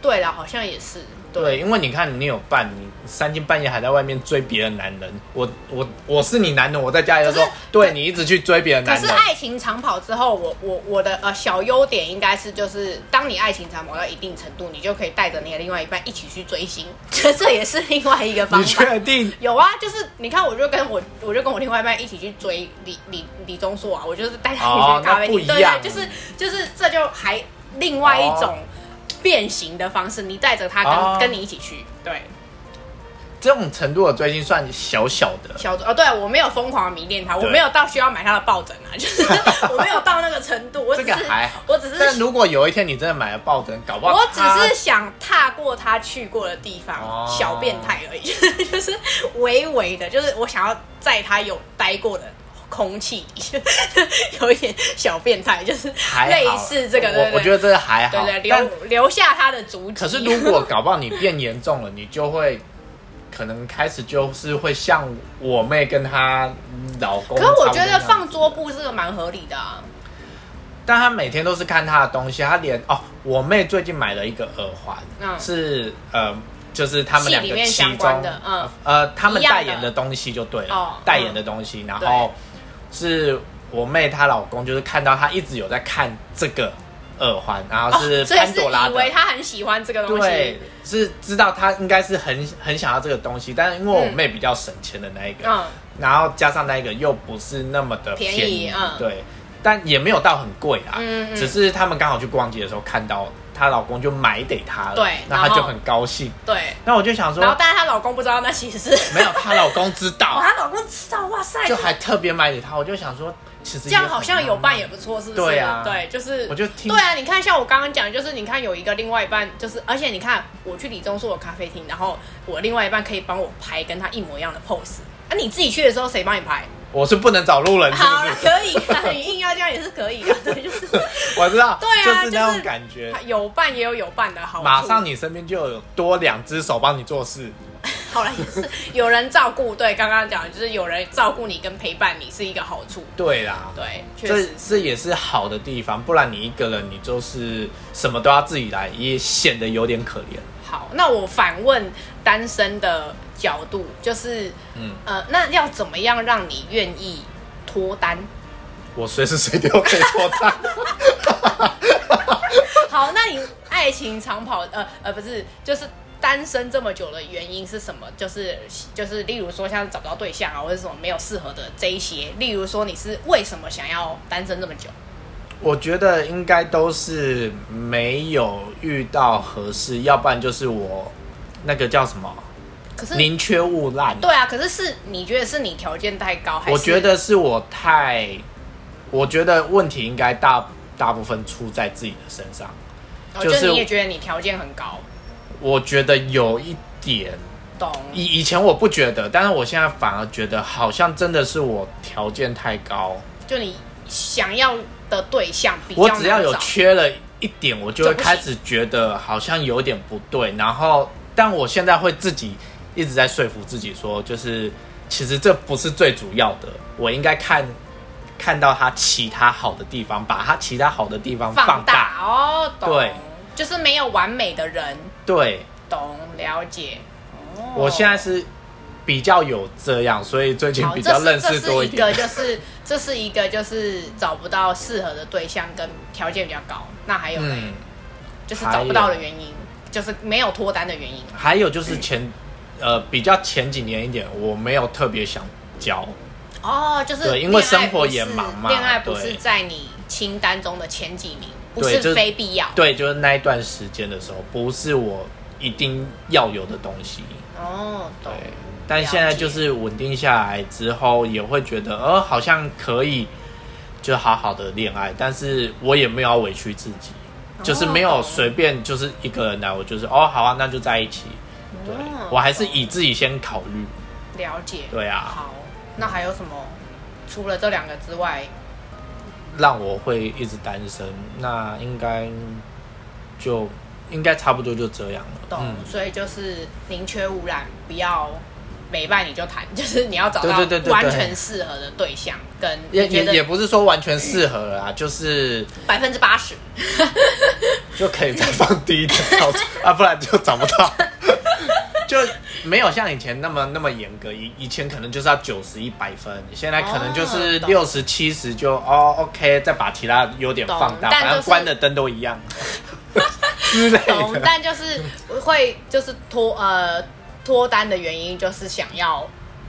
Speaker 2: 对啦，好像也是。
Speaker 1: 对，因为你看，你有伴，你三更半夜还在外面追别的男人，我我我是你男人，我在家里的时候
Speaker 2: 可是，
Speaker 1: 对你一直去追别的
Speaker 2: 可
Speaker 1: 男
Speaker 2: 是
Speaker 1: 人，
Speaker 2: 爱情长跑之后，我我我的呃小优点应该是就是，当你爱情长跑到一定程度，你就可以带着你的另外一半一起去追星， (laughs) 这这也是另外一个方
Speaker 1: 你
Speaker 2: 法。
Speaker 1: 确定？
Speaker 2: 有啊，就是你看，我就跟我我就跟我另外一半一起去追李李李钟硕啊，我就是带他
Speaker 1: 哦
Speaker 2: 去咖啡
Speaker 1: 那不
Speaker 2: 厅，
Speaker 1: 一
Speaker 2: 对
Speaker 1: 样
Speaker 2: 对，就是就是这就还另外一种变形的方式，你带着他跟、
Speaker 1: 哦
Speaker 2: 跟你一起去，对，
Speaker 1: 这种程度的追星算小小的，
Speaker 2: 小哦，对我没有疯狂迷恋他，我
Speaker 1: 对
Speaker 2: 没有到需要买他的抱枕
Speaker 1: (laughs)
Speaker 2: 啊，就是 (laughs) 我没有到那个程度，我只
Speaker 1: 这
Speaker 2: 是
Speaker 1: 个还好。
Speaker 2: 我只
Speaker 1: 但
Speaker 2: 是
Speaker 1: 如果有一天你真的买了抱枕，搞不好
Speaker 2: 我只
Speaker 1: 他
Speaker 2: 是想踏过他去过的地方，
Speaker 1: 哦
Speaker 2: 小变态而已， (laughs) 就是微微的，就是我想要在他有待过的空气 (laughs) 里，有一点小变态，就是
Speaker 1: 还好
Speaker 2: 类似这个，对
Speaker 1: 我我觉
Speaker 2: 得
Speaker 1: 得这个还好。
Speaker 2: 对对
Speaker 1: 但
Speaker 2: 留留下他的足迹。
Speaker 1: 可是如果搞不好你变严重了，你就会可能开始就是会像我妹跟她老公。
Speaker 2: 可是我觉得放桌布这个蛮合理的啊，
Speaker 1: 但她每天都是看她的东西，她连哦，我妹最近买了一个耳环，
Speaker 2: 嗯
Speaker 1: 是呃，就是他们两
Speaker 2: 戏里
Speaker 1: 个
Speaker 2: 面
Speaker 1: 其
Speaker 2: 相关
Speaker 1: 中
Speaker 2: 的嗯
Speaker 1: 呃，他们
Speaker 2: 一样的
Speaker 1: 代言的东西就对了，
Speaker 2: 哦
Speaker 1: 代言的东西，然
Speaker 2: 对
Speaker 1: 后是我妹她老公就是看到她一直有在看这个。耳环，然后是
Speaker 2: 哦所以
Speaker 1: 潘
Speaker 2: 是
Speaker 1: 朵拉
Speaker 2: 以
Speaker 1: 的。
Speaker 2: 为他很喜欢这个东
Speaker 1: 对
Speaker 2: 西，，
Speaker 1: 是知道她应该是很很想要这个东西，但是因为我
Speaker 2: 嗯
Speaker 1: 妹比较省钱的那一个，
Speaker 2: 嗯，
Speaker 1: 然后加上那一个又不是那么的
Speaker 2: 便
Speaker 1: 便
Speaker 2: 宜嗯
Speaker 1: 对，但也没有到很贵啦，
Speaker 2: 嗯嗯
Speaker 1: 只是他们刚好去逛街的时候看到她老公就买给她了，
Speaker 2: 对
Speaker 1: 那她
Speaker 2: 然后
Speaker 1: 就很高兴。
Speaker 2: 对。
Speaker 1: 那我就想说
Speaker 2: 然，后，但是她老公不知道那其实是，
Speaker 1: 没有，她老公
Speaker 2: (laughs)
Speaker 1: 知
Speaker 2: 哦，
Speaker 1: 道，
Speaker 2: 她老公知道，哇塞，
Speaker 1: 就还特别买给她，我就想说，其实
Speaker 2: 这
Speaker 1: 也
Speaker 2: 样好像有伴
Speaker 1: 很浪漫
Speaker 2: 也不错，是不是？
Speaker 1: 啊对啊
Speaker 2: 对，就是
Speaker 1: 我就听
Speaker 2: 对啊，你看像我刚刚讲，就是你看有一个另外一半，就是而且你看我去李钟硕的咖啡厅，然后我另外一半可以帮我拍跟他一模一样的 pose。啊，你自己去的时候谁帮你
Speaker 1: (laughs)
Speaker 2: 拍？
Speaker 1: 我是不能找路人，是
Speaker 2: 好啦，
Speaker 1: 不
Speaker 2: 可以啊，你硬要这样也是可以的，对，
Speaker 1: (laughs)
Speaker 2: 就是
Speaker 1: 是？ (laughs) 我知道，
Speaker 2: 对啊
Speaker 1: 就是
Speaker 2: 就
Speaker 1: 那
Speaker 2: 是
Speaker 1: 种感觉。
Speaker 2: 有伴也有有伴的好处。
Speaker 1: 马上你身边就有多两只手帮你做事，
Speaker 2: 好了，也是有人照顾，对，刚刚讲的就是有人照顾你跟陪伴你是一个好处，
Speaker 1: 对啦，
Speaker 2: 对，确
Speaker 1: 这
Speaker 2: 实
Speaker 1: 这也是好的地方，不然你一个人你就是什么都要自己来，也显得有点可怜。
Speaker 2: 好，那我反问单身的角度，就是，嗯
Speaker 1: 嗯，
Speaker 2: 呃，那要怎么样让你愿意脱单？ (laughs)
Speaker 1: 我随时随地都可以脱单，
Speaker 2: 好，那你爱情长跑，呃呃，不是，就是单身这么久的原因是什么？就是就是，例如说像是找不到对象啊，或者什么没有适合的这一些，例如说你是为什么想要单身这么久？
Speaker 1: (laughs) 我觉得应该都是没有遇到合适，要不然就是我那个叫什么
Speaker 2: 可是，
Speaker 1: 宁缺毋滥。
Speaker 2: 对啊，可是是你觉得是你条件太高，还是
Speaker 1: 我觉得是我太，我觉得问题应该大大部分出在自己的身上。
Speaker 2: 哦，
Speaker 1: 就是
Speaker 2: 你也觉得你条件很高，
Speaker 1: 我觉得有一点
Speaker 2: 懂？
Speaker 1: 以以前我不觉得，但是我现在反而觉得，好像真的是我条件太高，
Speaker 2: 就你想要的对象比较
Speaker 1: 我
Speaker 2: 难
Speaker 1: 只要有
Speaker 2: 找
Speaker 1: 缺了一点，我就会
Speaker 2: 就不行
Speaker 1: 开始觉得好像有点不对。然后，但我现在会自己一直在说服自己说，就是其实这不是最主要的，我应该看看到他其他好的地方，把他其他好的地方
Speaker 2: 放
Speaker 1: 放
Speaker 2: 大哦，懂，
Speaker 1: 对
Speaker 2: 就是没有完美的人，
Speaker 1: 对
Speaker 2: 懂了解。哦
Speaker 1: 我现在是比较有这样，所以最近
Speaker 2: 好，
Speaker 1: 比
Speaker 2: 这
Speaker 1: 较
Speaker 2: 是
Speaker 1: 认
Speaker 2: 这
Speaker 1: 识多
Speaker 2: 是
Speaker 1: 一
Speaker 2: 一
Speaker 1: 点
Speaker 2: 个。就是这是一个就是找不到适合的对象跟条件比较高，那还有嘞、
Speaker 1: 嗯。
Speaker 2: 就是
Speaker 1: 还
Speaker 2: 找不到的
Speaker 1: 有
Speaker 2: 原因，就是没有脱单的原因。
Speaker 1: 还有就是前，呃，比较前几年一点，我没有特别想交，
Speaker 2: 哦，就是
Speaker 1: 对因为
Speaker 2: 恋爱
Speaker 1: 生活
Speaker 2: 不
Speaker 1: 也
Speaker 2: 是
Speaker 1: 忙嘛
Speaker 2: 恋爱不
Speaker 1: 对
Speaker 2: 是在你清单中的前几名，不
Speaker 1: 对
Speaker 2: 是
Speaker 1: 就是
Speaker 2: 非必要。
Speaker 1: 对，就是那一段时间的时候，不是我一定要有的东西，
Speaker 2: 哦，
Speaker 1: 对
Speaker 2: 懂。。
Speaker 1: 但现在
Speaker 2: 了解
Speaker 1: 就是稳定下来之后，也会觉得，呃，好像可以就好好的恋爱，但是我也没有要委屈自己，就是没有
Speaker 2: 哦懂
Speaker 1: 随便就是一个人来，我就是哦，好啊，那就在一起。对
Speaker 2: 哦，
Speaker 1: 我还是
Speaker 2: 懂
Speaker 1: 以自己先考虑。
Speaker 2: 了解。
Speaker 1: 对啊，
Speaker 2: 好，那还有什么？除了这两个之外，
Speaker 1: 让我会一直单身，那应该就应该差不多就这样了。嗯
Speaker 2: 懂，所以就是宁缺毋滥，不要没伴你就谈， (laughs) 就是你要找到
Speaker 1: 对对对对对
Speaker 2: 完全适合的对象，跟
Speaker 1: 也
Speaker 2: 你觉
Speaker 1: 也也
Speaker 2: 得
Speaker 1: 不是说完全适合啦，就是
Speaker 2: 百分之八
Speaker 1: (laughs)
Speaker 2: 十。
Speaker 1: 就可以再放低
Speaker 2: (laughs)
Speaker 1: 一点标准啊，不然就找不到， (laughs) 就没有像以前那么那么严格。以以前可能就是要九十一百分，现在可能就是
Speaker 2: 哦懂
Speaker 1: 六十七十就哦 OK，再把其他优点
Speaker 2: 懂
Speaker 1: 放大，
Speaker 2: 但
Speaker 1: 反
Speaker 2: 就
Speaker 1: 正
Speaker 2: 是
Speaker 1: 关的灯都
Speaker 2: (laughs)
Speaker 1: 一样之类
Speaker 2: 懂，
Speaker 1: 的。
Speaker 2: 但就是会就是脱呃脱单的原因，就是想要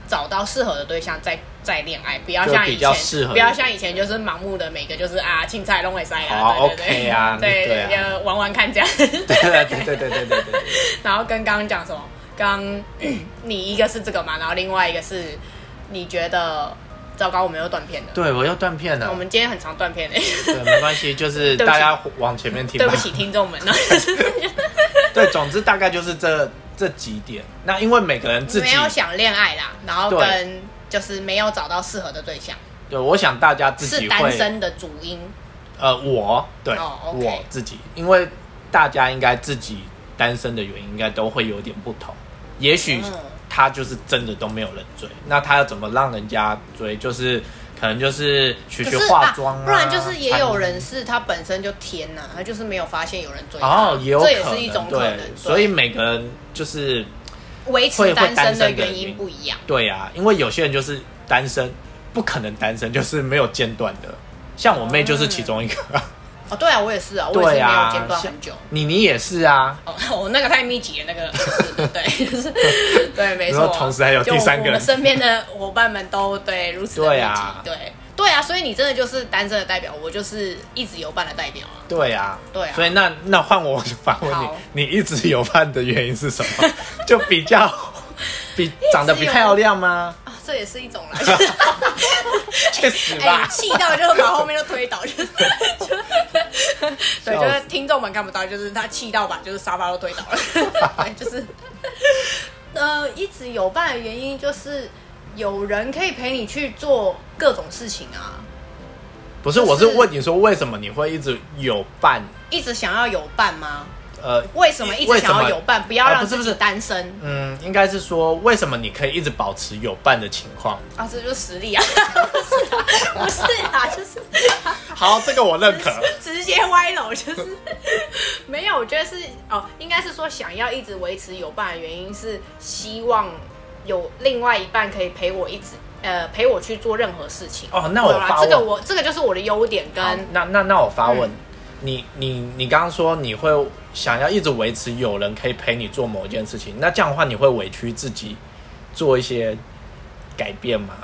Speaker 2: 找到适合的对象再再恋爱，不要
Speaker 1: 就
Speaker 2: 像
Speaker 1: 比
Speaker 2: 以
Speaker 1: 较
Speaker 2: 前
Speaker 1: 适合
Speaker 2: 不要
Speaker 1: 的
Speaker 2: 像以前就是盲目的每个就是啊青菜弄尾塞啊，
Speaker 1: 好
Speaker 2: 对对对
Speaker 1: OK 啊
Speaker 2: 对
Speaker 1: 对啊
Speaker 2: 要玩玩看这样。
Speaker 1: 对对对对对对对对。
Speaker 2: (laughs) 然后跟刚刚讲什么？刚 (clears throat) 你一个是这个嘛，然后另外一个是你觉得糟糕，我们又断片了。
Speaker 1: 对，我又断片了。
Speaker 2: 我们今天很常断片诶、
Speaker 1: 对，没关系，就是
Speaker 2: 对不起
Speaker 1: 大家往前面听吧。
Speaker 2: 对不起，听众们。 (laughs)
Speaker 1: 对，总之大概就是这这几点。那因为每个人自己
Speaker 2: 没，有想恋爱啦，然后
Speaker 1: 对
Speaker 2: 跟就是没有找到适合的对象，
Speaker 1: 对，我想大家自
Speaker 2: 是
Speaker 1: 己
Speaker 2: 单
Speaker 1: 会，
Speaker 2: 身的主因。
Speaker 1: 呃，我对、
Speaker 2: 哦，OK
Speaker 1: 我自己，因为大家应该自己单身的原因应该都会有点不同。也许
Speaker 2: 嗯
Speaker 1: 他就是真的都没有人追，那他要怎么让人家追？就是可能就是学
Speaker 2: 可
Speaker 1: 学
Speaker 2: 是
Speaker 1: 化妆、啊
Speaker 2: 不然就是也有人
Speaker 1: 穿
Speaker 2: 是他本身就天呐、他就是没有发现有人追他，啊
Speaker 1: 哦，也有
Speaker 2: 这
Speaker 1: 可
Speaker 2: 也
Speaker 1: 能
Speaker 2: 是一种
Speaker 1: 对
Speaker 2: 可能。对
Speaker 1: 所以每个人就是
Speaker 2: 维
Speaker 1: 会
Speaker 2: 持
Speaker 1: 会
Speaker 2: 单
Speaker 1: 单
Speaker 2: 身的
Speaker 1: 身的
Speaker 2: 原
Speaker 1: 原
Speaker 2: 因
Speaker 1: 因
Speaker 2: 不一样。
Speaker 1: 对啊，因为有些人就是单身，不可能单身，就是没有间断的。像我妹就是其中一个，
Speaker 2: 哦，对啊，我也是啊，我也
Speaker 1: 对
Speaker 2: 是没有
Speaker 1: 啊
Speaker 2: 间，断
Speaker 1: 像
Speaker 2: 很久。
Speaker 1: (laughs) 你你也是啊，
Speaker 2: 哦，我那个太密集了，那个就
Speaker 1: (laughs)
Speaker 2: 是对，就是对，没错
Speaker 1: 然。后同时还有第三个人
Speaker 2: 就我们身边的伙伴们都对如此的密
Speaker 1: 对
Speaker 2: 集，
Speaker 1: 啊
Speaker 2: 对对啊，所以你真的就是单身的代表，我就是一直有伴的代表啊。
Speaker 1: 对啊，
Speaker 2: 对啊
Speaker 1: 所以那那换
Speaker 2: (laughs)
Speaker 1: 我就反问
Speaker 2: 好
Speaker 1: 你，你一直有伴的原因是什
Speaker 2: (laughs)
Speaker 1: 么？就比较比长得比
Speaker 2: 有
Speaker 1: 漂
Speaker 2: (laughs)
Speaker 1: 亮吗？
Speaker 2: 啊，这也是一种啦，就是
Speaker 1: 确实
Speaker 2: 哎、
Speaker 1: 吧，
Speaker 2: 气到就是把后面都推倒，就是 (laughs) 就对，
Speaker 1: 笑
Speaker 2: 就是
Speaker 1: 死
Speaker 2: 听众们看不到，就是他气到把就是沙发都推倒
Speaker 1: (laughs)
Speaker 2: 了，对，就是 (laughs) 呃，一直有伴的原因就是有人可以陪你去做各种事情啊，
Speaker 1: 不是，
Speaker 2: 就是
Speaker 1: 我是问你说为什么你会一直有伴？
Speaker 2: 一直想要有伴吗？
Speaker 1: 呃，
Speaker 2: 为什么一直
Speaker 1: 为什
Speaker 2: 想
Speaker 1: 么
Speaker 2: 要有伴？不要
Speaker 1: 啊
Speaker 2: 让
Speaker 1: 不是
Speaker 2: 自
Speaker 1: 不
Speaker 2: 己
Speaker 1: 是
Speaker 2: 单身
Speaker 1: 嗯，应该是说为什么你可以一直保持有伴的情况？
Speaker 2: 啊，这就是实力啊， (laughs) 不是啊，不是啊，就是
Speaker 1: 好， (laughs) 这个我认可。
Speaker 2: 直接歪楼，就是没有。我觉得是哦，应该是说想要一直维持有伴的原因是希望有另外一半可以陪我一直呃陪我去做任何事情。
Speaker 1: 哦那我
Speaker 2: 对啦啊
Speaker 1: 发问
Speaker 2: 这个我这个就是我的优点跟
Speaker 1: 好那那那我发问，
Speaker 2: 嗯
Speaker 1: 你你你刚刚说你会想要一直维持有人可以陪你做某一件事情，那这样的话你会委屈自己做一些改变吗？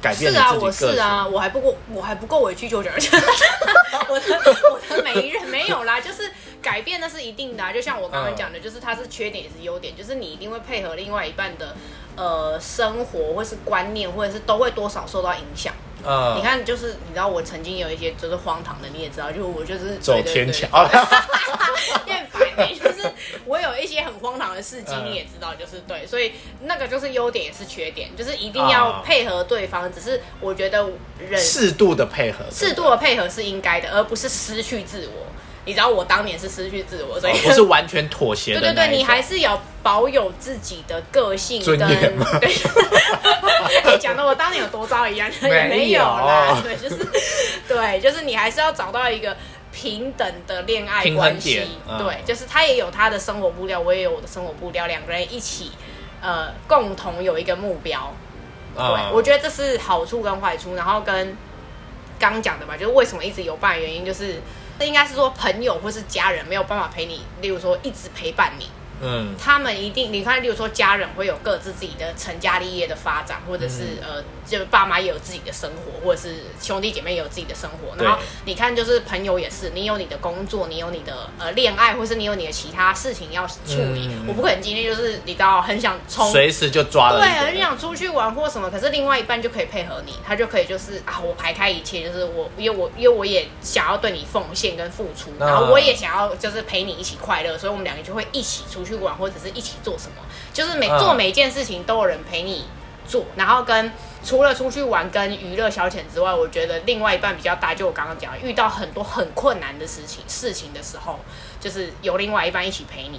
Speaker 1: 改变
Speaker 2: 是
Speaker 1: 你
Speaker 2: 啊，
Speaker 1: 自己
Speaker 2: 我
Speaker 1: 个性？
Speaker 2: 是啊，我还不够，我还不够委曲求全。 (laughs) 我的我的每一任没有啦，就是改变那是一定的、啊，就像我刚
Speaker 1: 嗯
Speaker 2: 刚讲的，就是它是缺点也是优点，就是你一定会配合另外一半的呃生活或是观念，或者是都会多少受到影响。
Speaker 1: 嗯，
Speaker 2: 你看，就是你知道我曾经有一些就是荒唐的，你也知道，就是我就是
Speaker 1: 走
Speaker 2: 对对
Speaker 1: 天
Speaker 2: 对
Speaker 1: 桥，
Speaker 2: (laughs) 厌烦你，就是我有一些很荒唐的事迹，
Speaker 1: 嗯
Speaker 2: 你也知道，就是对，所以那个就是优点也是缺点，就是一
Speaker 1: 啊
Speaker 2: 定要配合对方。只是我觉得人
Speaker 1: (laughs) 适度的配合，
Speaker 2: 适度的配合是应该的，而不是失去自我。你知道我当年是失去自我，所
Speaker 1: 对
Speaker 2: 以、
Speaker 1: 不对，哦不是完全妥协
Speaker 2: 对
Speaker 1: 的那
Speaker 2: 对对，
Speaker 1: 一种。
Speaker 2: 你还是有保有自己的个性
Speaker 1: 尊
Speaker 2: 跟
Speaker 1: 严吗
Speaker 2: 对， (laughs) 哎讲的我当年有多糟一样，也
Speaker 1: (laughs) 没
Speaker 2: 没
Speaker 1: 有
Speaker 2: 啦。对，就是对，就是你还是要找到一个平等的恋爱
Speaker 1: 平衡
Speaker 2: 关系
Speaker 1: 点。嗯
Speaker 2: 对，就是他也有他的生活步调，我也有我的生活步调，两个人一起呃共同有一个目标。对，我
Speaker 1: 嗯，
Speaker 2: 觉得这是好处跟坏处，然后跟刚讲的吧，就是为什么一直有伴的原因，就是这应该是说朋友或是家人没有办法陪你，例如说一直陪伴你，
Speaker 1: 嗯，
Speaker 2: 他们一定你看，例如说家人会有各自自己的成家立业的发展，或者是、
Speaker 1: 嗯
Speaker 2: 呃，就爸妈也有自己的生活，或者是兄弟姐妹也有自己的生活。
Speaker 1: 对
Speaker 2: 然后你看，就是朋友也是，你有你的工作，你有你的呃恋爱，或是你有你的其他事情要处理。
Speaker 1: 嗯
Speaker 2: 我不可能今天就是你知道很想冲
Speaker 1: 随时就抓了
Speaker 2: 对，
Speaker 1: 一个人。
Speaker 2: 很想出去玩或什么，可是另外一半就可以配合你，他就可以就是啊，我排开一切，就是我因为我因为我也想要对你奉献跟付出，
Speaker 1: 啊
Speaker 2: 然后我也想要就是陪你一起快乐，所以我们两个就会一起出去玩或者是一起做什么，就是每、
Speaker 1: 啊
Speaker 2: 做每一件事情都有人陪你做，然后跟。除了出去玩跟娱乐消遣之外，我觉得另外一半比较大，就我刚刚讲的，遇到很多很困难的事情事情的时候，就是有另外一半一起陪你，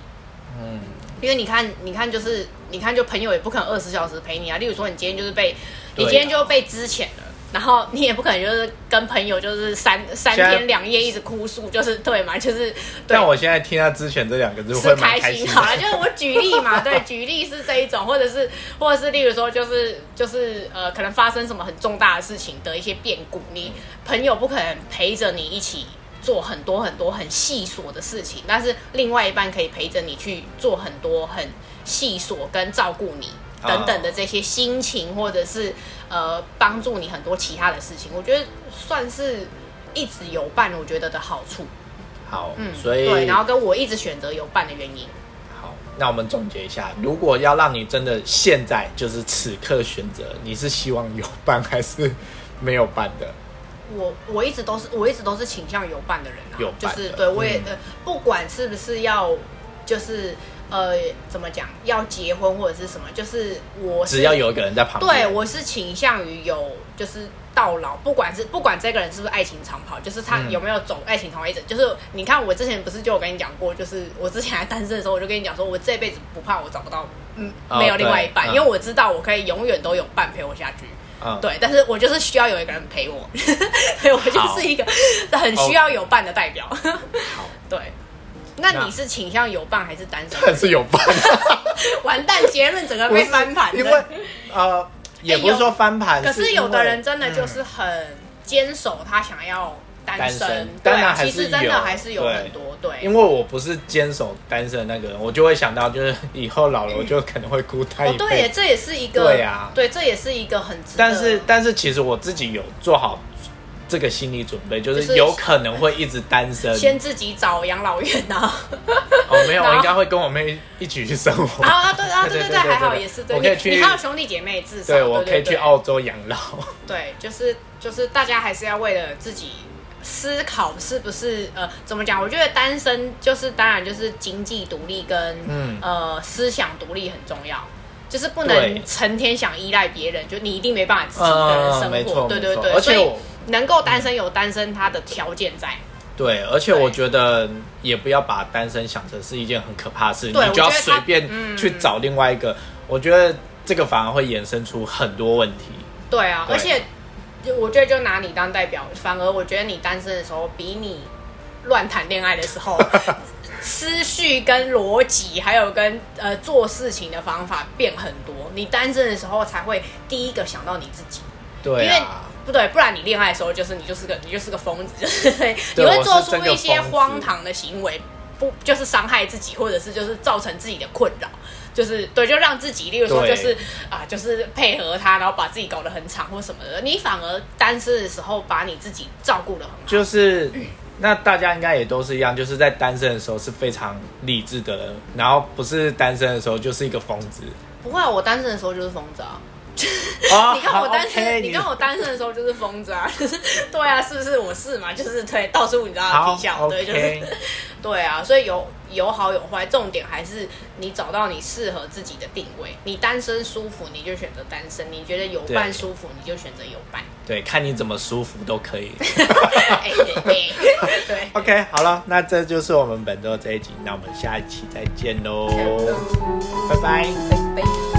Speaker 2: 因为你看，你看就是，你看就朋友也不可能二十小时陪你啊。例如说，你今天就是被，你
Speaker 1: 对啊
Speaker 2: 今天就被支遣了，然后你也不可能就是跟朋友就是三三
Speaker 1: 现在
Speaker 2: 天两夜一直哭诉，就是对嘛，就是对
Speaker 1: 但。我现在听到之前这两个字会
Speaker 2: 是
Speaker 1: 蛮
Speaker 2: 开
Speaker 1: 开
Speaker 2: 心啊
Speaker 1: 的
Speaker 2: 好了，就是我举例嘛，
Speaker 1: (laughs)
Speaker 2: 对，举例是这一种，或者是或者是例如说就是就是呃，可能发生什么很重大的事情的一些变故，你
Speaker 1: 嗯
Speaker 2: 朋友不可能陪着你一起做很多很多很细琐的事情，但是另外一半可以陪着你去做很多很细琐跟照顾你。
Speaker 1: 哦
Speaker 2: 等等的这些心情，或者是呃帮助你很多其他的事情，我觉得算是一直有伴，我觉得的好处。
Speaker 1: 好，
Speaker 2: 嗯，
Speaker 1: 所以
Speaker 2: 对，然后跟我一直选择有伴的原因。
Speaker 1: 好，那我们总结一下，如果要让你真的现在就是此刻选择，你是希望有伴还是没有伴的？
Speaker 2: 我我一直都是我一直都是倾向有伴的人啊，
Speaker 1: 有
Speaker 2: 就
Speaker 1: 伴的
Speaker 2: 是对我也、
Speaker 1: 嗯
Speaker 2: 呃，不管是不是要就是呃怎么讲要结婚或者是什么，就是我是
Speaker 1: 只要有一个人在旁边，
Speaker 2: 对我是倾向于有就是到老，不管是不管这个人是不是爱情长跑，就是他
Speaker 1: 嗯
Speaker 2: 有没有走爱情长跑一直，就是你看我之前不是就有跟你讲过，就是我之前还单身的时候，我就跟你讲说我这辈子不怕我找不到嗯
Speaker 1: 哦
Speaker 2: 没有另外一
Speaker 1: 对
Speaker 2: 半，
Speaker 1: 嗯
Speaker 2: 因为我知道我可以永远都有伴陪我下去。
Speaker 1: 嗯，
Speaker 2: 对，但是我就是需要有一个人陪我， (laughs) 所以我就是一个很需要有伴的代表。
Speaker 1: 好，
Speaker 2: (laughs) 对，那
Speaker 1: 那
Speaker 2: 你是倾向有伴还是单身？
Speaker 1: 但是有伴，
Speaker 2: (laughs)
Speaker 1: 啊
Speaker 2: 完蛋，结论整个
Speaker 1: 不
Speaker 2: 被
Speaker 1: 是
Speaker 2: 翻盘
Speaker 1: 因为
Speaker 2: 了。
Speaker 1: 呃，也不是说翻盘，
Speaker 2: 可是
Speaker 1: 因
Speaker 2: 有的
Speaker 1: 为
Speaker 2: 人真的就是很坚守他想要单
Speaker 1: 单
Speaker 2: 身，
Speaker 1: 身
Speaker 2: 对
Speaker 1: 当然
Speaker 2: 啊，
Speaker 1: 还
Speaker 2: 其
Speaker 1: 是
Speaker 2: 实真的
Speaker 1: 有
Speaker 2: 还是有
Speaker 1: 对
Speaker 2: 很多
Speaker 1: 因
Speaker 2: 对。
Speaker 1: 为我不是坚守单身的那个人，我就会想到，就是以后老了我就可能会孤单
Speaker 2: 哦
Speaker 1: 一，
Speaker 2: 对
Speaker 1: 辈
Speaker 2: 耶，
Speaker 1: 子。
Speaker 2: 这也是一个
Speaker 1: 对啊
Speaker 2: 对这也是一个很值得。
Speaker 1: 但是，但是其实我自己有做好这个心理准备，就
Speaker 2: 就是
Speaker 1: 是有可能会一直单身。
Speaker 2: 先自己找养老院啊，
Speaker 1: (laughs) 哦，没有，
Speaker 2: 然
Speaker 1: 我
Speaker 2: 后
Speaker 1: 应该会跟我妹一起去生活。
Speaker 2: 啊啊对啊对
Speaker 1: 对
Speaker 2: 对
Speaker 1: 对
Speaker 2: 对，
Speaker 1: 对对
Speaker 2: 还好
Speaker 1: 对
Speaker 2: 也是对，
Speaker 1: 我可以
Speaker 2: 你
Speaker 1: 去
Speaker 2: 你还有兄弟姐妹至少
Speaker 1: 对，我可以去
Speaker 2: 对
Speaker 1: 澳洲养老。
Speaker 2: 对，就是就是大家还是要为了自己思考是不是呃怎么讲？我觉得单身就是当然就是经济独立跟
Speaker 1: 嗯
Speaker 2: 呃思想独立很重要。就是不
Speaker 1: 对
Speaker 2: 能成天想依赖别人，就你一定没办法自己一个人
Speaker 1: 嗯
Speaker 2: 生
Speaker 1: 没
Speaker 2: 活。
Speaker 1: 错
Speaker 2: 对
Speaker 1: 没
Speaker 2: 对
Speaker 1: 错
Speaker 2: 对，
Speaker 1: 而
Speaker 2: 所
Speaker 1: 且
Speaker 2: 以
Speaker 1: 我
Speaker 2: 能够单身有单身他的条件在。
Speaker 1: (laughs) 对，而且
Speaker 2: 对
Speaker 1: 我觉得也不要把单身想成是一件很可怕的事，你
Speaker 2: 对我
Speaker 1: 就要
Speaker 2: 觉得
Speaker 1: 随
Speaker 2: 他嗯
Speaker 1: 便去找另外一个。我觉得这个反而会衍生出很多问题。
Speaker 2: 对啊，
Speaker 1: 对
Speaker 2: 而且就我觉得就拿你当代表，反而我觉得你单身的时候，比你乱谈恋爱的时候，思绪跟逻辑，还有跟呃做事情的方法变很多。你单身的时候才会第一个想到你自己，
Speaker 1: 对
Speaker 2: 因为
Speaker 1: 啊，
Speaker 2: 不对，不然你恋爱的时候就是你就是个你就是个疯子， (laughs) 就是你
Speaker 1: 对
Speaker 2: 会做
Speaker 1: 我是
Speaker 2: 出
Speaker 1: 真个
Speaker 2: 一些
Speaker 1: 疯子
Speaker 2: 荒唐的行为，不就是伤害自己，或者是就是造成自己的困扰。就是对，就让自己，例如说，
Speaker 1: 对
Speaker 2: 就是啊、就是配合他，然后把自己搞得很惨或什么的。你反而单身的时候，把你自己照顾得很好。
Speaker 1: 就是那大家应该也都是一样，就是在单身的时候是非常理智的人，然后不是单身的时候就是一个疯
Speaker 2: (laughs)
Speaker 1: 子。
Speaker 2: 不会、啊，我单身的时候就是疯子啊！
Speaker 1: 啊
Speaker 2: 你看我单身
Speaker 1: o k
Speaker 2: 哦你看我单身的时候就是疯子啊！ (laughs) 就是对啊，是不是我是嘛？就是对，到处你知道
Speaker 1: 好
Speaker 2: 皮笑，对，就是
Speaker 1: ，OK，
Speaker 2: 对啊，所以有有好有坏，重点还是你找到你适合自己的定位。你单身舒服，你就选择单身；你觉得有伴
Speaker 1: 对
Speaker 2: 舒服，你就选择有伴。
Speaker 1: 对，看你怎么舒服都可以。
Speaker 2: 哎哎哎对。
Speaker 1: OK，好了，那这就是我们本周这一集，那我们下一期再见喽，
Speaker 2: 拜
Speaker 1: 拜拜。
Speaker 2: 拜。